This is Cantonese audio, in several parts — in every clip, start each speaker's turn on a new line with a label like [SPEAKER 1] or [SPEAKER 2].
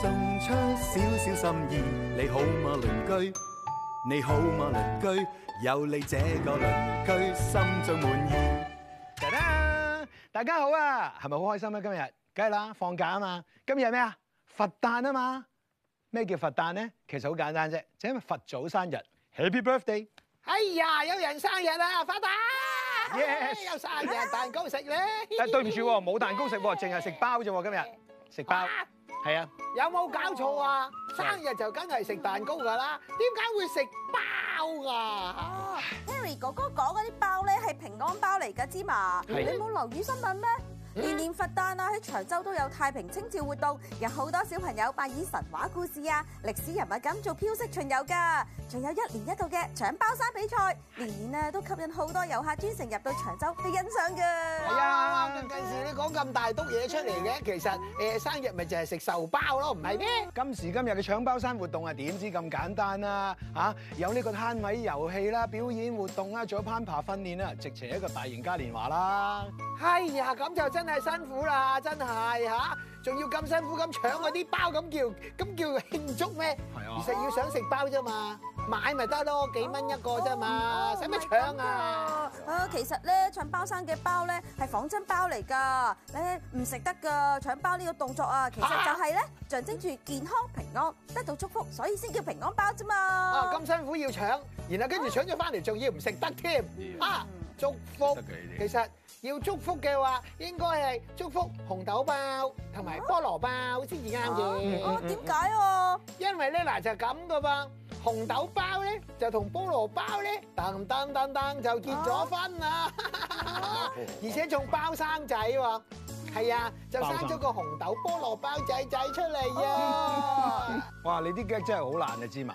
[SPEAKER 1] 送出少少心意，你好嗎鄰居？你好嗎鄰居？有你這個鄰居，心中滿意。
[SPEAKER 2] 噠噠，大家好啊，係咪好開心啊？今日梗係啦，放假啊嘛。今日係咩啊？佛誕啊嘛。咩叫佛誕咧？其實好簡單啫，就因為佛祖生日，Happy Birthday。
[SPEAKER 3] 哎呀，有人生日啊，發達！
[SPEAKER 2] Yes，
[SPEAKER 3] 有生 日蛋糕食咧。
[SPEAKER 2] 誒對唔住喎，冇蛋糕食喎，淨係食包啫喎，今日食包。係啊，
[SPEAKER 3] 有冇搞錯啊？生日就梗係食蛋糕㗎啦，點解會食包㗎？
[SPEAKER 4] Harry 哥哥講嗰啲包咧係平安包嚟㗎，芝麻，你
[SPEAKER 2] 係
[SPEAKER 4] 冇留意新聞咩？年年佛誕啊，喺長洲都有太平清醮活動，有好多小朋友扮演神話故事啊、歷史人物咁做飄色巡遊㗎，仲有一年一度嘅搶包山比賽，年年啊都吸引好多遊客專程入到長洲去欣賞
[SPEAKER 3] 係
[SPEAKER 4] 㗎。
[SPEAKER 3] 啊，近時你講咁大篤嘢出嚟嘅，其實誒生日咪就係食壽包咯，唔係咩？
[SPEAKER 2] 今時今日嘅搶包山活動啊，點知咁簡單啦、啊？嚇、有呢個攤位遊戲啦、表演活動啦，仲有攀爬訓練啦，直情係一個大型嘉年華啦。
[SPEAKER 3] 哎呀，咁就真係辛苦啦，真係嚇，仲要咁辛苦咁搶嗰啲包咁叫，咁叫慶祝咩？
[SPEAKER 2] 係
[SPEAKER 3] 其實要想食包啫嘛，買咪得咯，幾蚊一個啫嘛，使乜搶啊？
[SPEAKER 4] 啊，其實咧，搶包山嘅包咧係仿真包嚟㗎，咧唔食得㗎。搶包呢個動作啊，其實就係咧象徵住健康平安，得到祝福，所以先叫平安包啫嘛。
[SPEAKER 3] 啊，咁辛苦要搶，然後跟住搶咗翻嚟，仲要唔食得添啊！祝福其實要祝福嘅話，應該係祝福紅豆包同埋菠蘿包先至啱嘅。
[SPEAKER 4] 哦，點解啊？
[SPEAKER 3] 因為咧嗱就係咁噶噃，紅豆包咧就同菠蘿包咧，噔噔噔噔就結咗婚啦，
[SPEAKER 2] 哦
[SPEAKER 3] 而且仲包生仔喎。係啊，就生咗個紅豆菠蘿包仔仔出嚟啊！
[SPEAKER 2] 哇！你啲 g 真係好難啊，芝麻。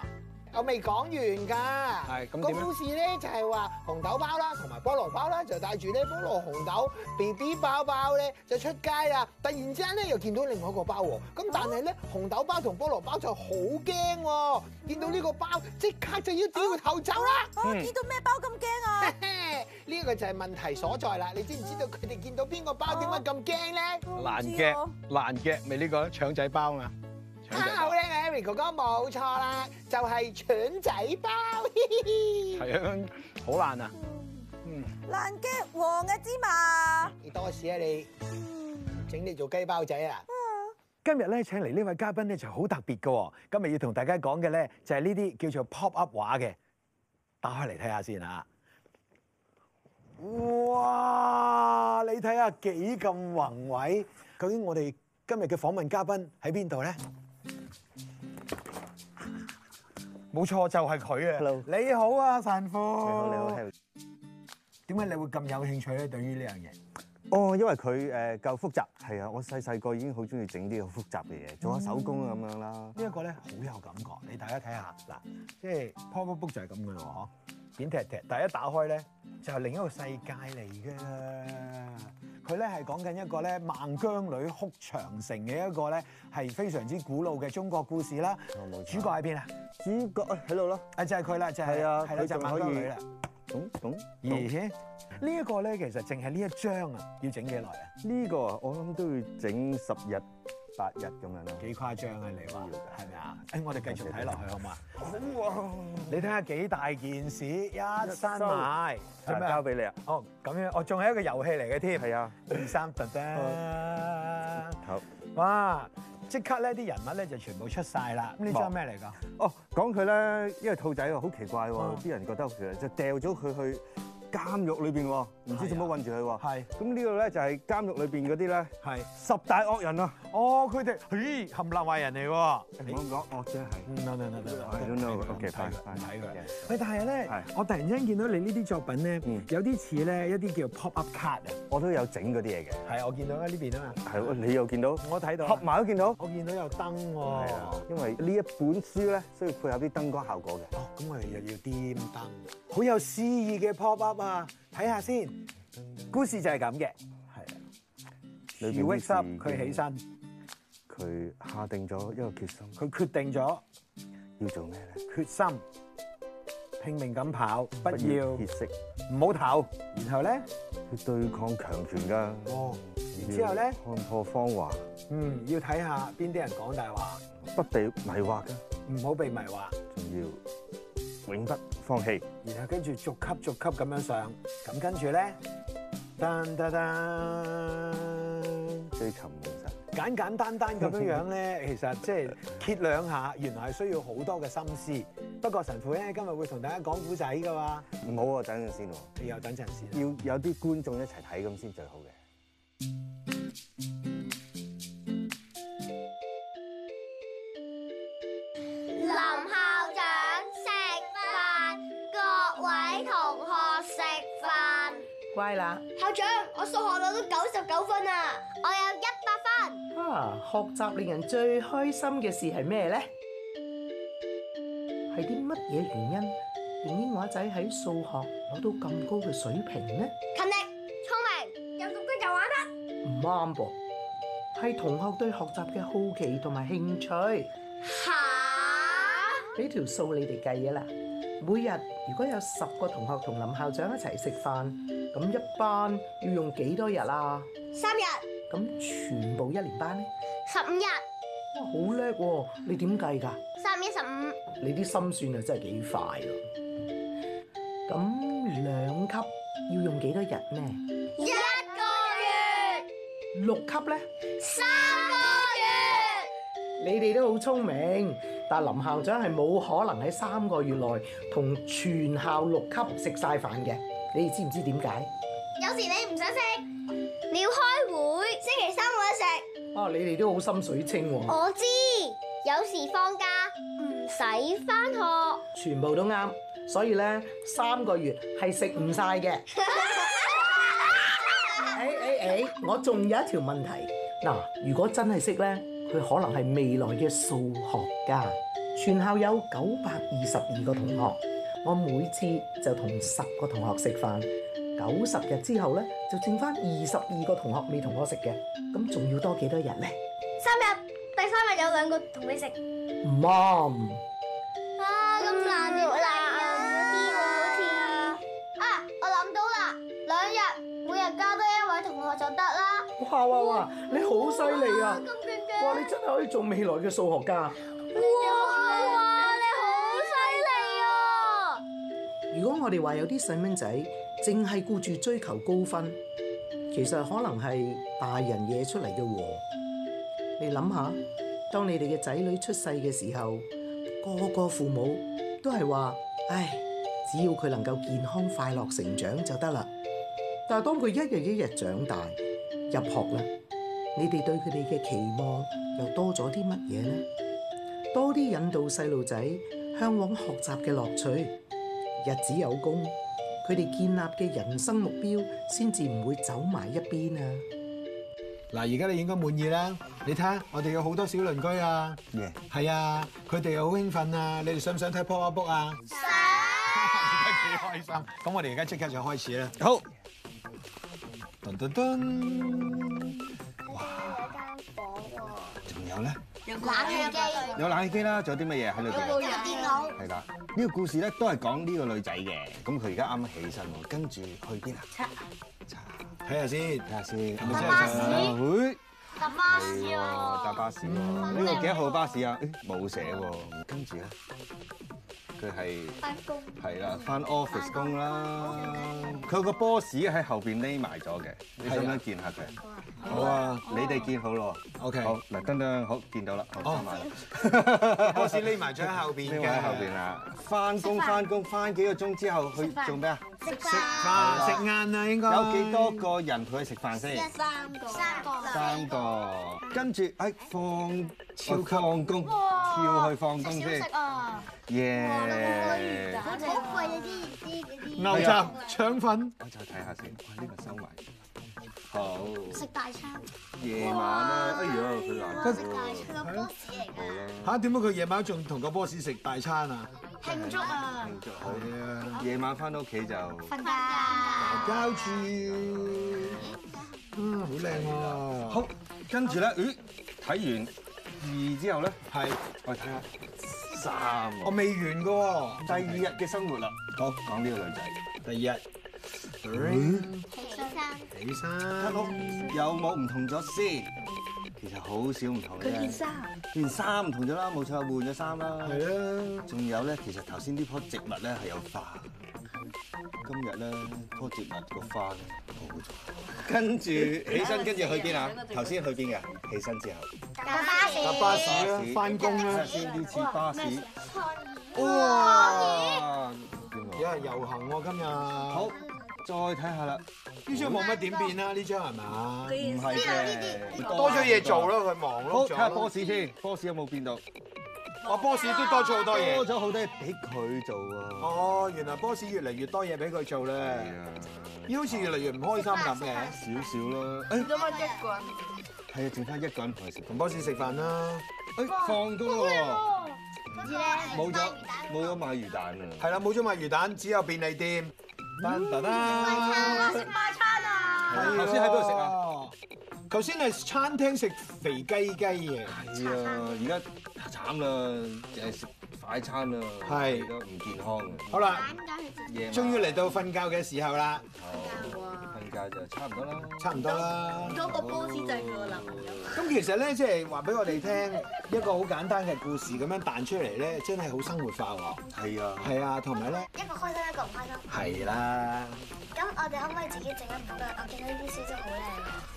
[SPEAKER 3] 我未講完㗎，
[SPEAKER 2] 係咁
[SPEAKER 3] 個
[SPEAKER 2] 點咧
[SPEAKER 3] 故事咧就係話紅豆包啦，同埋菠蘿包啦，就帶住咧菠蘿紅豆 B B 包包咧就出街啦。突然之間咧又見到另外一個包喎，咁但係
[SPEAKER 2] 啊
[SPEAKER 3] 咧紅豆包同菠蘿包就好驚喎，見到呢個包即刻就要掉頭走啦。
[SPEAKER 4] 啊，見到咩包咁驚啊？
[SPEAKER 3] 呢個就係問題所在啦！你知唔知道佢哋見到邊個
[SPEAKER 2] 啊
[SPEAKER 3] 包點解咁驚咧？
[SPEAKER 4] 啊
[SPEAKER 2] 難嘅，
[SPEAKER 4] Ừ.
[SPEAKER 2] 難嘅，咪呢個腸仔包啊！腸仔
[SPEAKER 3] 啊，好
[SPEAKER 2] 包
[SPEAKER 3] 靚啊，Harry 哥哥冇錯啦，就係腸仔包。嘻嘻
[SPEAKER 2] 係啊，好難啊！
[SPEAKER 4] 難嘅黃嘅芝麻。
[SPEAKER 3] 你多士啊你，
[SPEAKER 4] Ừ.
[SPEAKER 3] 整你做雞包仔啊！
[SPEAKER 2] 今日咧請嚟呢位嘉賓咧就好特別嘅喎，今日要同大家講嘅咧就係呢啲叫做 pop up 畫嘅，打開嚟睇下先啊！哇！你睇下幾咁宏偉，究竟我哋今日嘅訪問嘉賓喺邊度咧？冇錯，就係佢啊
[SPEAKER 5] Hello
[SPEAKER 2] 你好啊，神父。
[SPEAKER 5] 你好，你好 Harry。
[SPEAKER 2] 點解你會咁有興趣咧？對於呢樣嘢？
[SPEAKER 5] 哦，因為佢誒夠複雜，係啊，我細細個已經好中意整啲好複雜嘅嘢，做下手工咁樣啦。
[SPEAKER 2] 呢一個咧好有感覺，你大家睇下嗱，即係 pop book 就係咁嘅咯嗬，扁踢踢，但係一打開咧就係另一個世界嚟嘅。佢咧係講緊一個咧孟姜女哭長城嘅一個咧係非常之古老嘅中國故事啦。
[SPEAKER 5] 哦冇
[SPEAKER 2] 主
[SPEAKER 5] 錯
[SPEAKER 2] 角喺邊啊？
[SPEAKER 5] 主角啊喺度咯，
[SPEAKER 2] 啊就係佢啦，就係
[SPEAKER 5] 係啊
[SPEAKER 2] 係啦
[SPEAKER 5] 佢
[SPEAKER 2] 就係
[SPEAKER 5] 仲
[SPEAKER 2] 孟
[SPEAKER 5] 可以
[SPEAKER 2] 姜女啦。
[SPEAKER 5] 懂懂懂。
[SPEAKER 2] 咦？呢一個咧其實淨係呢一張啊，要整幾耐啊？
[SPEAKER 5] 呢個啊我諗都要整十日八日咁樣啦。
[SPEAKER 2] 幾誇張啊！你話
[SPEAKER 5] 要㗎
[SPEAKER 2] 係咪啊？誒，我哋繼續睇落去好嘛？好你睇下幾大件事，一山
[SPEAKER 5] 收
[SPEAKER 2] 埋，做
[SPEAKER 5] 啊
[SPEAKER 2] 咩啊
[SPEAKER 5] 交俾你啊。
[SPEAKER 2] 哦，咁樣，我仲係一哦個遊戲嚟嘅添，
[SPEAKER 5] 係啊，
[SPEAKER 2] 二三得得，
[SPEAKER 5] 好。
[SPEAKER 2] 哇！即刻咧啲人物咧就全部出晒啦。咁呢張咩嚟㗎？
[SPEAKER 5] 哦，講佢咧，因為兔仔喎，好奇怪
[SPEAKER 2] 哦
[SPEAKER 5] 喎，啲人覺得佢就掉咗佢去監獄裏邊喎，唔知做乜困住佢喎。
[SPEAKER 2] 係
[SPEAKER 5] 咁呢度咧就係監獄裏邊嗰啲咧
[SPEAKER 2] 係
[SPEAKER 5] 十大惡人啊！
[SPEAKER 2] 哦，佢哋咦冚唪唥壞人嚟喎。
[SPEAKER 5] 唔好講惡啫，係。
[SPEAKER 2] No no no no 嗯 no，
[SPEAKER 5] I don't know. OK，
[SPEAKER 2] 睇佢
[SPEAKER 5] fine，
[SPEAKER 2] 唔
[SPEAKER 5] fine，
[SPEAKER 2] 睇佢
[SPEAKER 5] yes。
[SPEAKER 2] 喂，但係咧
[SPEAKER 5] 係，
[SPEAKER 2] 我突然之間見到你呢啲作品咧
[SPEAKER 5] 嗯，
[SPEAKER 2] 有啲似咧一啲叫 pop up card 啊。
[SPEAKER 5] 我都有整嗰啲嘢嘅，
[SPEAKER 2] 係，我見到啊呢邊啊嘛，
[SPEAKER 5] 係喎你又見到，
[SPEAKER 2] 我睇到
[SPEAKER 5] 合
[SPEAKER 2] 啊，
[SPEAKER 5] 埋都見到。
[SPEAKER 2] 我見到有燈
[SPEAKER 5] 係
[SPEAKER 2] 喎。
[SPEAKER 5] 啊，因為呢一本書咧需要配合啲燈光效果嘅。
[SPEAKER 2] 哦，咁我哋又要點燈，好有詩意嘅 pop up 啊！睇下先，故事就係咁嘅，係
[SPEAKER 5] 裏
[SPEAKER 2] 啊。
[SPEAKER 5] 邊
[SPEAKER 2] She
[SPEAKER 5] 啲
[SPEAKER 2] wakes up，
[SPEAKER 5] 字
[SPEAKER 2] 佢起身，
[SPEAKER 5] 佢下定咗一個決心，
[SPEAKER 2] 佢決定咗
[SPEAKER 5] 要做咩咧？
[SPEAKER 2] 決心，拼命咁跑，不要
[SPEAKER 5] 不歇息，
[SPEAKER 2] 唔好唞。然後咧，
[SPEAKER 5] 要對抗強權㗎。
[SPEAKER 2] 哦，然之後咧，
[SPEAKER 5] 看破芳華，
[SPEAKER 2] 嗯，要睇下邊啲人講大話，
[SPEAKER 5] 不被迷惑㗎，
[SPEAKER 2] 唔好被迷惑。
[SPEAKER 5] 仲要永不放棄。
[SPEAKER 2] 然後跟住逐級逐級咁樣上，咁跟住咧，噔噔噔。
[SPEAKER 5] 追求夢想，
[SPEAKER 2] 簡簡單單咁樣樣咧，其實即係揭兩下，原來係需要好多嘅心思。不過神父咧今日會同大家講古仔噶嘛，
[SPEAKER 5] 唔好啊！等陣先喎，
[SPEAKER 2] 你又等陣先。
[SPEAKER 5] 要有啲觀眾一齊睇咁先最好嘅。
[SPEAKER 6] 林校長食飯，各位同學食飯。
[SPEAKER 7] 乖啦，
[SPEAKER 6] 校長，我數學攞到九十九分啊！我有一百分。
[SPEAKER 7] 啊，學習令人最開心嘅事係咩呢？係啲乜嘢原因令英華仔喺數學攞到咁高嘅水平呢？
[SPEAKER 6] 勤力、聰明，有讀得就玩得。
[SPEAKER 7] 唔啱噃，係同學對學習嘅好奇同埋興趣。
[SPEAKER 6] 吓？
[SPEAKER 7] 俾條數你哋計嘅啦。每日如果有十個同學同林校長一齊食飯，咁一班要用幾多日啊？
[SPEAKER 6] 三日、
[SPEAKER 7] 咁全部一年班呢？
[SPEAKER 6] 十五日、
[SPEAKER 7] 哇，好叻喎！你點計㗎？
[SPEAKER 6] 三月十五，
[SPEAKER 7] 你啲心算啊真係幾快喎！咁兩級要用幾多日呢？
[SPEAKER 6] 一個
[SPEAKER 7] 六級呢？
[SPEAKER 6] 月，三個
[SPEAKER 7] 你哋都好聰明，但林校長係冇可能喺三個月內同全校六級食晒飯嘅。你哋知唔知點解？
[SPEAKER 6] 月。有時你唔想食，你要開會，星期三冇得食。
[SPEAKER 7] 啊，你哋都好心水清喎、
[SPEAKER 6] 我知，有時放假唔使翻學。
[SPEAKER 7] 全部都啱。所以呢，三個月係食唔晒嘅。誒誒誒，我仲有一條問題。嗱，如果真係識呢，佢可能係未來嘅數學家。全校有九百二十二個同學，我每次就同十個同學食飯，九十日之後呢，就剩翻二十二個同學未同我食嘅，咁仲要多幾多日呢？
[SPEAKER 6] 三日，第三日有兩個同你食。
[SPEAKER 7] 唔啱，
[SPEAKER 6] 啊，咁難嘅嚟啊！啊，我諗到啦，兩日，每日加多一位同學就得啦。
[SPEAKER 7] 哇哇哇！你好犀利啊！
[SPEAKER 6] 咁勁
[SPEAKER 7] 哇！
[SPEAKER 6] 嘅！
[SPEAKER 7] 你真係可以做未來嘅數學家。
[SPEAKER 6] 哇哇，你好犀利啊！
[SPEAKER 7] 如果我哋話有啲細蚊仔淨係顧住追求高分，其實可能係大人惹出嚟嘅禍。你諗下，當你哋嘅仔女出世嘅時候，個個父母都係話：唉，只要佢能夠健康快樂成長就得啦。但係當佢一日一日長大入學啦，你哋對佢哋嘅期望又多咗啲乜嘢呢？多啲引導細路仔向往學習嘅樂趣。日子有功，佢哋建立嘅人生目標先至唔會走埋一邊啊！
[SPEAKER 2] 嗱，而家你應該滿意啦。你睇下，我哋有好多小鄰居啊，
[SPEAKER 5] 耶！
[SPEAKER 2] 係啊，佢哋又好興奮啊。你哋想唔想睇 pop up book 啊？想，而家幾開心。咁我哋而家即刻就開始啦。好。噔噔噔，
[SPEAKER 5] 仲有咧，
[SPEAKER 6] 冷氣機
[SPEAKER 5] 有冷氣機啦，仲有啲乜嘢喺裏邊？啊
[SPEAKER 6] 有電腦，
[SPEAKER 5] 係啦，呢個故事咧都係講呢個女仔嘅，咁佢而家啱啱起身喎，跟住去邊啊？
[SPEAKER 2] 睇下先。
[SPEAKER 5] 睇下先，啊
[SPEAKER 2] 咪
[SPEAKER 6] 搭巴士
[SPEAKER 5] 會
[SPEAKER 6] 搭巴士
[SPEAKER 5] 哦，搭巴士喎，呢個幾多號巴士啊？誒冇寫喎，跟住咧，佢係
[SPEAKER 6] 翻工。
[SPEAKER 5] 係啦，翻 office 工啦，佢個 boss 喺後邊匿埋咗嘅，你想唔想見下佢？
[SPEAKER 2] 好啊。
[SPEAKER 5] 你哋見好咯喎
[SPEAKER 2] OK
[SPEAKER 5] 好嗱，等等，好見到啦，好
[SPEAKER 2] 哦
[SPEAKER 5] 收埋 啦。
[SPEAKER 2] 波士匿埋咗喺後邊
[SPEAKER 5] 呢
[SPEAKER 2] 嘅。
[SPEAKER 5] 位喺後邊啦，翻工翻工翻幾個鐘之後去做咩啊？
[SPEAKER 6] 食
[SPEAKER 2] 啊，食晏啦應該。
[SPEAKER 5] 有幾多個人陪佢食飯先？
[SPEAKER 6] 三個，三個，
[SPEAKER 5] 三個。跟住誒放超放工，
[SPEAKER 6] 哇
[SPEAKER 5] 跳去放工先
[SPEAKER 6] 食。啊！
[SPEAKER 5] 耶！
[SPEAKER 6] 好貴啊啲啲啲
[SPEAKER 2] 牛雜、腸粉，
[SPEAKER 5] 我再睇下先，哇！呢個收埋。好。
[SPEAKER 6] 食大餐，
[SPEAKER 5] 夜晚啦，哎呀，佢
[SPEAKER 6] 哇
[SPEAKER 5] 難
[SPEAKER 6] 食大餐個 boss 嚟㗎，
[SPEAKER 2] 嚇點解佢夜晚仲同個 boss 食大餐啊？
[SPEAKER 6] 慶祝啊，
[SPEAKER 5] 做好啊！夜晚翻到屋企就
[SPEAKER 6] 瞓覺。
[SPEAKER 2] 交住，嗯，好靚喎。
[SPEAKER 5] 好，跟住咧，咦？睇完二之後咧，
[SPEAKER 2] 係，
[SPEAKER 5] 我睇下三喎。
[SPEAKER 2] 我未完㗎喎。
[SPEAKER 5] 第二日嘅生活啦，好講呢個女仔。
[SPEAKER 2] 第二日
[SPEAKER 6] 起身，
[SPEAKER 2] 起
[SPEAKER 5] 睇
[SPEAKER 2] 身，
[SPEAKER 5] 到有冇唔同咗先？其實好少唔同嘅。件衫，件衫唔同咗啦，冇錯，換咗衫啦。
[SPEAKER 2] 係啊啦。
[SPEAKER 5] 仲有咧，其實頭先呢棵植物咧係有花，今日咧棵植物個花呢冇咗。跟住起身，跟住去邊啊？頭先去邊㗎？起身之後，
[SPEAKER 6] 搭巴士，
[SPEAKER 2] 搭巴士啦
[SPEAKER 5] 巴士，
[SPEAKER 2] 翻啊工啦
[SPEAKER 5] 睇。先呢次巴士。
[SPEAKER 2] 哇！
[SPEAKER 5] 邊個
[SPEAKER 2] 有人遊行喎今日。
[SPEAKER 5] 好
[SPEAKER 2] 好，，
[SPEAKER 5] 再睇下啦，
[SPEAKER 2] 呢張冇乜點變啦，呢張係咪啊？
[SPEAKER 5] 唔係嘅，
[SPEAKER 2] 多咗嘢做。咯，佢忙
[SPEAKER 5] 好，
[SPEAKER 2] 碌
[SPEAKER 5] 睇下
[SPEAKER 2] 咗。
[SPEAKER 5] 波士先，波士有冇變到？
[SPEAKER 2] 我 boss 都多咗好多
[SPEAKER 5] 多
[SPEAKER 2] 嘢。
[SPEAKER 5] 咗好多嘢俾佢做啊！
[SPEAKER 2] 哦，原來 boss 越嚟越多嘢俾佢做啦，咦，好似越嚟越唔開心咁嘅。
[SPEAKER 5] 少少啦，誒，係啊，剩翻一個人同佢食
[SPEAKER 2] 同
[SPEAKER 5] 咁，
[SPEAKER 2] boss 食飯啦，
[SPEAKER 5] 誒，放工咯
[SPEAKER 6] 跟住咧
[SPEAKER 5] 喎，冇咗冇咗買魚蛋啊！
[SPEAKER 2] 係啦，冇咗賣魚蛋，只有便利店。
[SPEAKER 1] 嗯
[SPEAKER 2] 噔噔噔。
[SPEAKER 6] 食快餐啊！
[SPEAKER 5] 係啊頭先喺邊度食啊？
[SPEAKER 2] 頭先係餐廳食肥雞雞嘅，
[SPEAKER 5] 係啊，而家慘啦，就係食快餐啦，
[SPEAKER 2] 係
[SPEAKER 5] 而家唔健康啊！
[SPEAKER 2] 好啦，
[SPEAKER 6] 玩咗佢
[SPEAKER 5] 夜晚
[SPEAKER 2] 終於嚟到瞓覺嘅時候啦，
[SPEAKER 5] 瞓覺就差唔多啦。
[SPEAKER 2] 差唔多啦。
[SPEAKER 8] 嗰個 boss 就係我男朋友。
[SPEAKER 2] 咁其實咧，即係話俾我哋聽一個好簡單嘅故事咁樣彈出嚟咧，真係好生活化喎。
[SPEAKER 5] 係啊，
[SPEAKER 2] 係啊，同埋咧，
[SPEAKER 6] 一個開心一個唔開心。
[SPEAKER 2] 係啦，
[SPEAKER 6] 咁我哋可唔可以自己整一本啊？我見到呢啲書真好靚啊！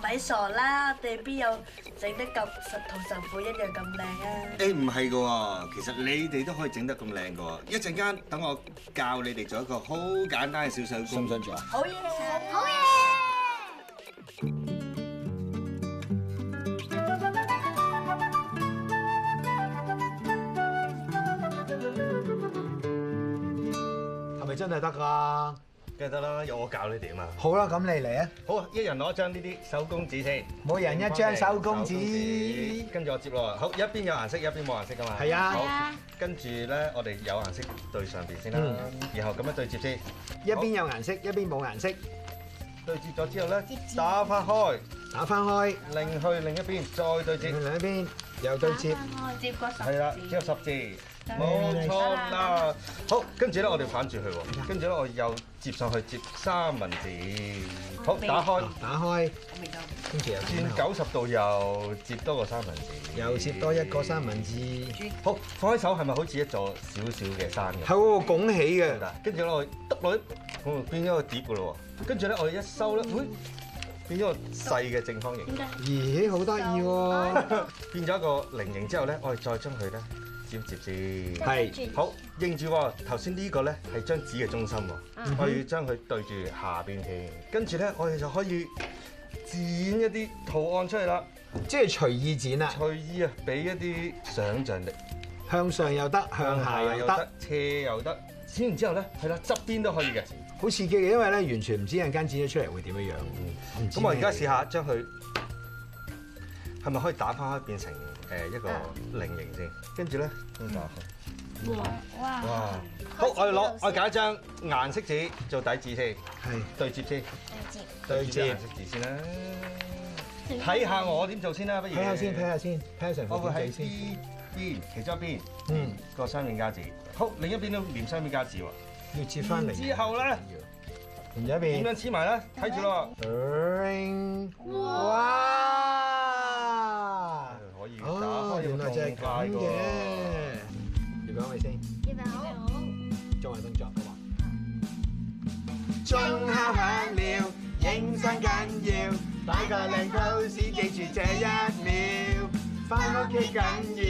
[SPEAKER 8] 咪傻啦，我哋邊有整得咁實同神父一樣咁靚啊？
[SPEAKER 5] 誒唔係嘅喎，其實你哋都可以整得咁靚嘅喎。一陣間等我教你哋做一個好簡單嘅小手工，信唔信做啊？
[SPEAKER 8] 好嘢！
[SPEAKER 6] 好嘢！
[SPEAKER 2] 係咪真係得㗎？
[SPEAKER 5] 梗係得啦，有我教你哋啊嘛。
[SPEAKER 2] 好啦，咁你嚟啊！
[SPEAKER 5] 好啊，一人攞張呢啲手工紙先，
[SPEAKER 2] 每人一張手工紙，
[SPEAKER 5] 跟住我接咯。好，一邊有顏色，一邊冇顏色噶嘛。
[SPEAKER 2] 係啊
[SPEAKER 5] 好，跟住咧，我哋有顏色對上邊先啦，然後咁樣對接先。
[SPEAKER 2] 一邊有顏色，一邊冇顏色，
[SPEAKER 5] 對接咗之後咧，打翻開，
[SPEAKER 2] 打翻開，
[SPEAKER 5] 另去另一邊再對接。
[SPEAKER 2] 另一邊又對接，
[SPEAKER 8] 接個十
[SPEAKER 5] 係啦，只有十字，冇錯啦。好，跟住咧，我哋反住佢喎。跟住咧，我又接上去接三文治。好，打開，
[SPEAKER 2] 打開，跟住又
[SPEAKER 5] 轉
[SPEAKER 2] 轉
[SPEAKER 5] 九十度又接多個三文治，
[SPEAKER 2] 又接多一個三文治，
[SPEAKER 5] 好，放喺手係咪好似一座少少嘅山
[SPEAKER 2] 係
[SPEAKER 5] 咁？
[SPEAKER 2] 喎，拱起嘅，
[SPEAKER 5] 跟住咧我篤落去，咁就變咗個碟噶咯喎。跟住咧我一收咧，會變咗個細嘅正方形，
[SPEAKER 2] 咦，好得意 喎，
[SPEAKER 5] 變咗一個菱形之後咧，我哋再將佢咧接接先。
[SPEAKER 2] 係，
[SPEAKER 5] 好，認住喎，頭先呢個咧係張紙嘅中心喎，
[SPEAKER 2] 嗯
[SPEAKER 5] 我要將佢對住下邊先。跟住咧我哋就可以剪一啲圖案出嚟啦，
[SPEAKER 2] 即係隨意剪啦，
[SPEAKER 5] 隨意啊，俾一啲想像力。
[SPEAKER 2] 向上又得，向下又得，，
[SPEAKER 5] 斜又得。剪完之後咧，係啦，側邊都可以嘅。
[SPEAKER 2] 好刺激嘅，因為咧完全唔知陣間剪咗出嚟會點樣樣。唔知
[SPEAKER 5] 咁我而
[SPEAKER 2] 咩
[SPEAKER 5] 家
[SPEAKER 2] 嚟
[SPEAKER 5] 試下將佢係咪可以打翻開變成誒一個菱形先，跟住咧哇哇！好，我哋攞我揀一張顏色紙做底紙先，
[SPEAKER 2] 係
[SPEAKER 5] 對接先，
[SPEAKER 2] 對接
[SPEAKER 5] 顏色紙先啦。睇下我點做先啦，不如
[SPEAKER 2] 睇下先，睇下先，睇下成
[SPEAKER 5] 我會
[SPEAKER 2] 幅
[SPEAKER 5] 喺
[SPEAKER 2] 景先。
[SPEAKER 5] 邊邊其中一邊
[SPEAKER 2] 嗯，
[SPEAKER 5] 個雙面膠紙，好，另一邊都黏雙面膠紙喎。
[SPEAKER 2] 要接翻嚟。
[SPEAKER 5] 之後咧，
[SPEAKER 2] 換咗一邊
[SPEAKER 5] 點樣。黐埋咧？睇住咯。
[SPEAKER 2] Ring！哇！
[SPEAKER 5] 可以打
[SPEAKER 2] 哦，
[SPEAKER 5] 開
[SPEAKER 2] 原來就係
[SPEAKER 5] 咁快
[SPEAKER 2] 咁
[SPEAKER 5] 嘅
[SPEAKER 2] 嘅。你講咪先，
[SPEAKER 6] 你咪好，
[SPEAKER 2] 做埋動作好嘛？鐘敲響了，影相緊要，擺個靚 pose，記住這一秒。翻屋企緊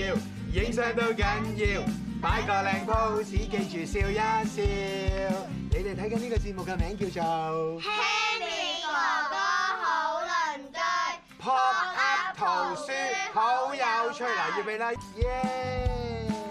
[SPEAKER 2] 要，影相都緊要，擺個靚 pose，記住笑一笑。你哋哋睇緊呢個節目嘅名叫做
[SPEAKER 6] Henry 哥哥好鄰居，
[SPEAKER 2] Pop Up 圖書好有趣嗱，預備啦，耶！